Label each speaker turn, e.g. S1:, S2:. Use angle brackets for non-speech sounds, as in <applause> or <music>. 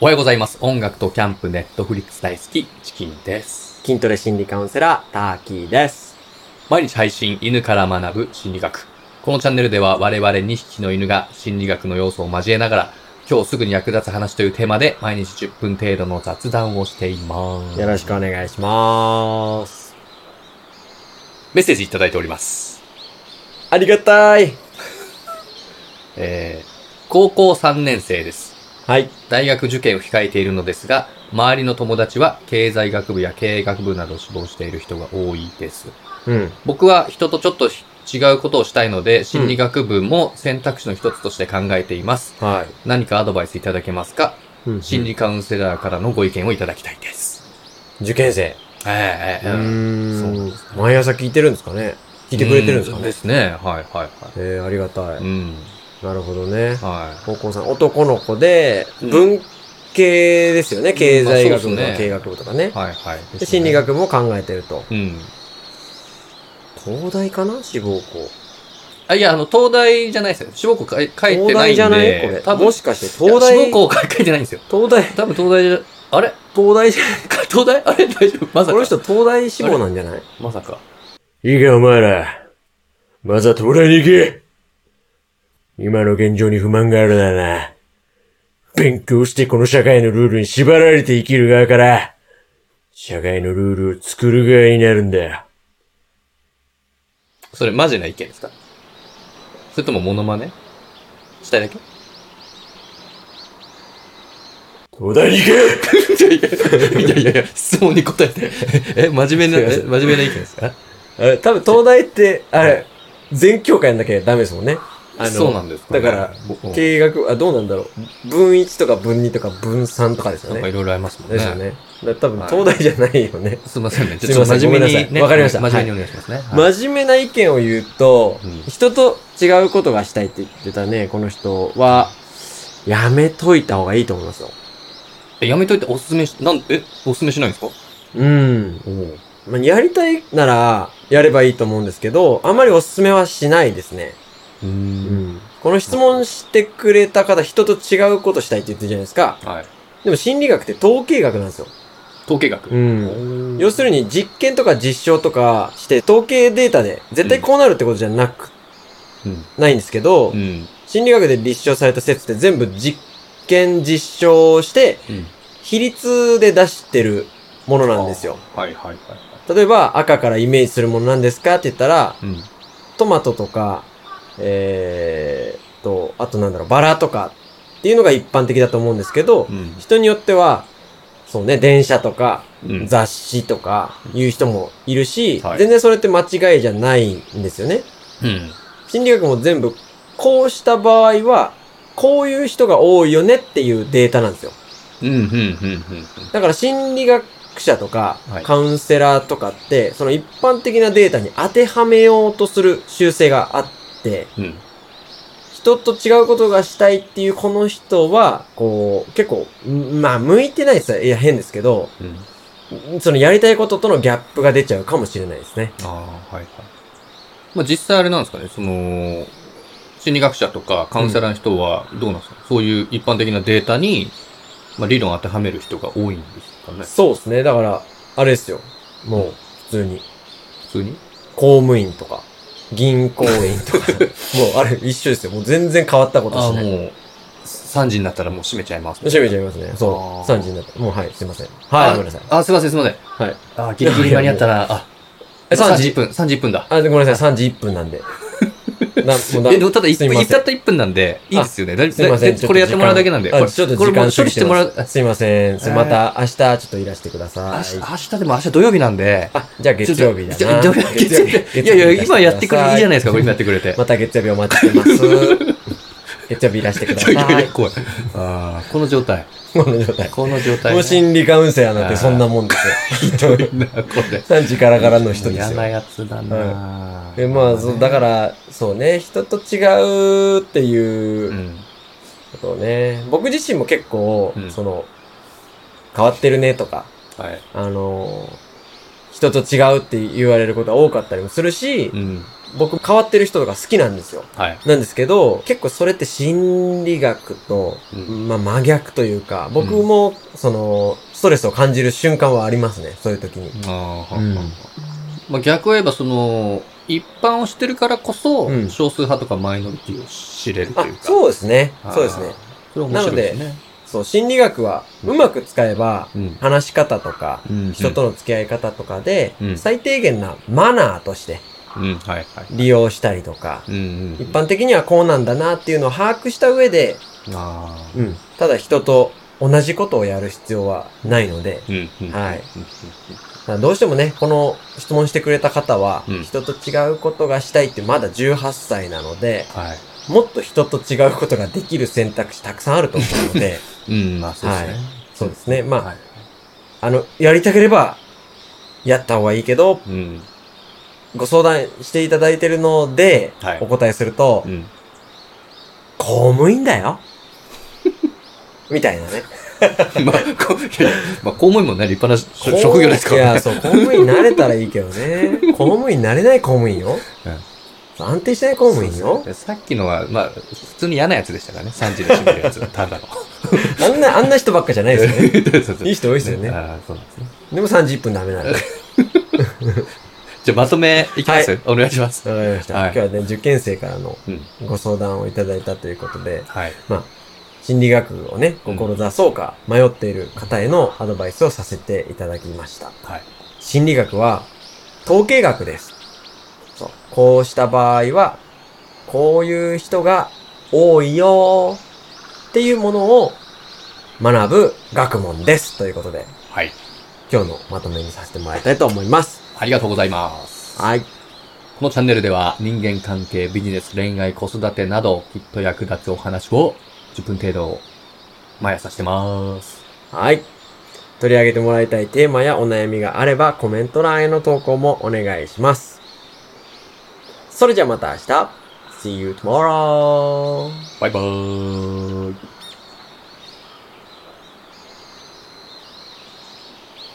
S1: おはようございます。音楽とキャンプ、ネットフリックス大好き、チキンです。
S2: 筋トレ心理カウンセラー、ターキーです。
S1: 毎日配信、犬から学ぶ心理学。このチャンネルでは我々2匹の犬が心理学の要素を交えながら、今日すぐに役立つ話というテーマで毎日10分程度の雑談をしています。
S2: よろしくお願いします。
S1: メッセージいただいております。
S2: ありがたい
S1: えー、高校3年生です。
S2: はい。
S1: 大学受験を控えているのですが、周りの友達は経済学部や経営学部などを志望している人が多いです。
S2: うん。
S1: 僕は人とちょっと違うことをしたいので、心理学部も選択肢の一つとして考えています。
S2: は
S1: 何かアドバイスいただけますか
S2: い。うん
S1: 心理カウンセラーからのご意見をいただきたいです。
S2: 受験生。
S1: え
S2: う
S1: えええええそう
S2: ー
S1: で
S2: ん
S1: す。
S2: 毎朝聞いてるんですかね聞いてくれてるんですか
S1: う
S2: ね
S1: ですね。はいはいは
S2: えー、ありがた
S1: い。う
S2: い。
S1: ん。
S2: なるほどね。
S1: はい。
S2: 高校さん、男の子で、
S1: うん
S2: 文系ですよね。経済学部
S1: まあそ
S2: と
S1: うです
S2: か
S1: ね
S2: 経営学部とかね。
S1: はいはい。
S2: で心理。学部も考えてると。
S1: うん。
S2: 東大かな志望校。
S1: あ、いや、あの、東大じゃないですよ。志望校かい書いて
S2: 東
S1: ないんで。
S2: 大じゃないこれ。
S1: 多分、
S2: もしかして東
S1: いや
S2: 大
S1: 志望校か書いてないんですよ。
S2: 東大、
S1: 多分東大じゃ、あれ <laughs>
S2: 東大じゃない
S1: 東大あれ大丈夫まさか。
S2: この人東大志望なんじゃない
S1: まさか。
S2: いいか、お前ら。まずは東大に行け。今の現状に不満があるならな。勉強してこの社会のルールに縛られて生きる側から、社会のルールを作る側になるんだよ。
S1: それマジな意見ですかそれともモノマネしたいだけ <laughs>
S2: 東大に行け
S1: いやいやいや、質問に答えて。 <laughs> え、真面目な、え真面目な意見ですか
S2: あれ、多分東大って、あれ、全教科やんなきゃダメですもんね。あの
S1: そうなんですか、
S2: だから
S1: うん、
S2: 経営学、あ、どうなんだろう。分1とか分2とか分3とかですよ
S1: なんか
S2: ね。
S1: いろいろありますもんね。
S2: ですよね。だから多分東大じゃないよね。
S1: すいませんね。
S2: すいません
S1: 真面目
S2: ごめんな
S1: に
S2: さい
S1: ね。
S2: わかりました
S1: 真面目にお願いしますね。はい
S2: 真面目な意見を言うと、
S1: うん
S2: 人と違うことがしたいって言ってたね、この人は、やめといた方がいいと思いますよ。
S1: えやめといておすすめし、なん、え、おすすめしないんですか
S2: うん。
S1: おう
S2: まあ、やりたいなら、やればいいと思うんですけど、あんまりおすすめはしないですね。
S1: ん。
S2: この質問してくれた方、人と違うことしたいって言ってるじゃないですか。
S1: はい。
S2: でも心理学って統計学なんですよ。
S1: 統計学。
S2: ん。要するに実験とか実証とかして、統計データで絶対こうなるってことじゃなく、
S1: に、うん。
S2: ないんですけど、
S1: うん。
S2: 心理学で立証された説って全部実験実証して、
S1: うん。
S2: 比率で出してるものなんですよ。
S1: はいはいはいはい。
S2: 例えば、赤からイメージするものなんですかって言ったら、
S1: うん。
S2: トマトとか、えーっと、あとなんだろう、バラとかっていうのが一般的だと思うんですけど
S1: う、ん。
S2: 人によっては、そうね、電車とか、
S1: うん。
S2: 雑誌とか、いう人もいるし、
S1: はい
S2: 全然それって間違いじゃないんですよね。
S1: うん。
S2: 心理学も全部、こうした場合は、こういう人が多いよねっていうデータなんですよ。
S1: うん。うん。うん。うん。
S2: だから心理学者とか
S1: はい、
S2: カウンセラーとかって、その一般的なデータに当てはめようとする習性があって、
S1: うん。
S2: 人と違うことがしたいっていうこの人は、こう、結構、んまあ、向いてないですよ。いや、変ですけど、
S1: うん。
S2: んそのやりたいこととのギャップが出ちゃうかもしれないですね。
S1: ああ、はいはい。まあ、実際あれなんですかね、その、心理学者とかカウンセラーの人はどうなんですか、そういう一般的なデータに、まあ、理論を当てはめる人が多いんですかね
S2: そうですね。だから、あれですよ。もう、普通に。
S1: 普通に
S2: 公務員とか、銀行員
S1: <laughs>
S2: とか、もうあれ一緒ですよ。もう全然変わったこと
S1: ああ、
S2: しない。
S1: もう、3時になったらもう閉めちゃいます。
S2: 閉めちゃいますね。
S1: あ
S2: そ
S1: ー
S2: う。3時になった。もうはい、すいません。は
S1: あ
S2: い、ごめんなさい。
S1: あ、すいません、すいません。
S2: はい。
S1: ああ、ギリギリ間に合ったな。あ、
S2: え、3
S1: 30
S2: 時
S1: 分、30分だ。
S2: あ、でごめんなさい、3時1
S1: <laughs>
S2: 分なんで。な、もうな
S1: え、でもただ
S2: すい
S1: 1
S2: ま
S1: 分、
S2: せん
S1: たった1分なんで、いいですよね。だい
S2: すいません。
S1: だいこれやってもらうだけなんで。
S2: ちょ
S1: こ
S2: っ
S1: れ
S2: と時間あち
S1: これもう処
S2: ょっと時間
S1: 理してもらう。あ
S2: すいません。すいません。また明日ちょっといらしてくださ
S1: 明
S2: い。
S1: 日、明日でも明日土曜日なんで。
S2: あ、じゃあ月曜日だな。
S1: ちょちょ月曜日。いやいや、今やってくれていいじゃないですか、これ今やってくれて。
S2: また月曜日お待ちしてます。
S1: <laughs>
S2: 月曜日いらしてくださ
S1: いやい
S2: い
S1: や。怖い。ああ、この状態。
S2: この状態。
S1: この状態、
S2: もう心理カウンセラーなんてそんなもんですよ。
S1: な、これ。
S2: 3時からからの人で
S1: 嫌
S2: すよ
S1: な。やつだな、、。
S2: で、まあ、そう、だからら、そうね、人と違うっていううんことをね、僕自身も結構、
S1: うん
S2: その、変わってるねとか、
S1: はい。
S2: あの人と違うって言われることが多かったりもするし、
S1: うん。
S2: 僕変わってる人とか好きなんですよ。
S1: はい。
S2: なんですけど、結構それって心理学と、
S1: うん
S2: まあ真逆というか、僕も、その、ストレスを感じる瞬間はありますね、そういう時に。
S1: あー
S2: うん
S1: まあ、逆を言えば、その、一般をしてるからこそ、
S2: うん
S1: 少数派とかマイノリティを知れると
S2: あ
S1: いう、か。
S2: そうですね。
S1: あー
S2: そうですね。。
S1: それ面白いですね。
S2: そう、心理学はうまく使えば、
S1: うん
S2: 話し方とか、
S1: うん。
S2: 人との付き合い方とかで、
S1: うん
S2: 最低限なマナーとして
S1: うん。うん、はいはい。
S2: 利用したりとか、
S1: うんうん。
S2: 一般的にはこうなんだなっていうのを把握した上で、
S1: あ
S2: うん、ただ人と同じことをやる必要はないので、
S1: ーうんうん。
S2: はい
S1: うん。
S2: まあどうしてもね、この質問してくれた方は、
S1: うん
S2: 人と違うことがしたいってまだ18歳なので、
S1: はい。
S2: もっと人と違うことができる選択肢たくさんあると思うので、
S1: うん、まあそうですね。
S2: はいそうですね。まあ、
S1: はい。
S2: あの、やりたければ、やった方がいいけど、
S1: うん。
S2: ご相談していただいてるので、
S1: はい
S2: お答えすると、
S1: うん。 <laughs>
S2: 公務員だよみたいなね。
S1: まあ、こいやまあ、公務員もね、立派な職職業ですか
S2: い
S1: らね。
S2: や、そう、公務員になれたらいいけどね。公務員になれない公務員よ。安定してない公務員よ。
S1: さっきのは、まあ、普通に嫌なやつでしたからね。3時で閉めるや
S2: <laughs>
S1: つ。ただの。
S2: あんな、あんな人ばっかじゃないです
S1: <laughs>
S2: よね。
S1: そうそう
S2: いい人多いですよね
S1: ああ、そうなんですね。
S2: でも30分ダメなの。わか
S1: じゃあ、まとめいきます、お願いします。
S2: りました。
S1: はい
S2: 今日はね、受験生からの
S1: うん
S2: ご相談をいただいたということで、
S1: はい。
S2: 心理学をね、
S1: うん
S2: 志そうか迷っている方へのアドバイスをさせていただきました。
S1: はい。
S2: 心理学は統計学です。そう。こうした場合は、こういう人が多いよーっていうものを学ぶ学問です。ということで、
S1: はい。
S2: 今日のまとめにさせてもらいたいと思います。
S1: ありがとうございます。
S2: はい。
S1: このチャンネルでは人間関係、ビジネス、恋愛、子育てなど、きっと役立つお話を10分程度、毎朝してます。
S2: はい。取り上げてもらいたいテーマやお悩みがあればコメント欄への投稿もお願いします。それじゃあまた明日。See you tomorrow!
S1: バイバーイ。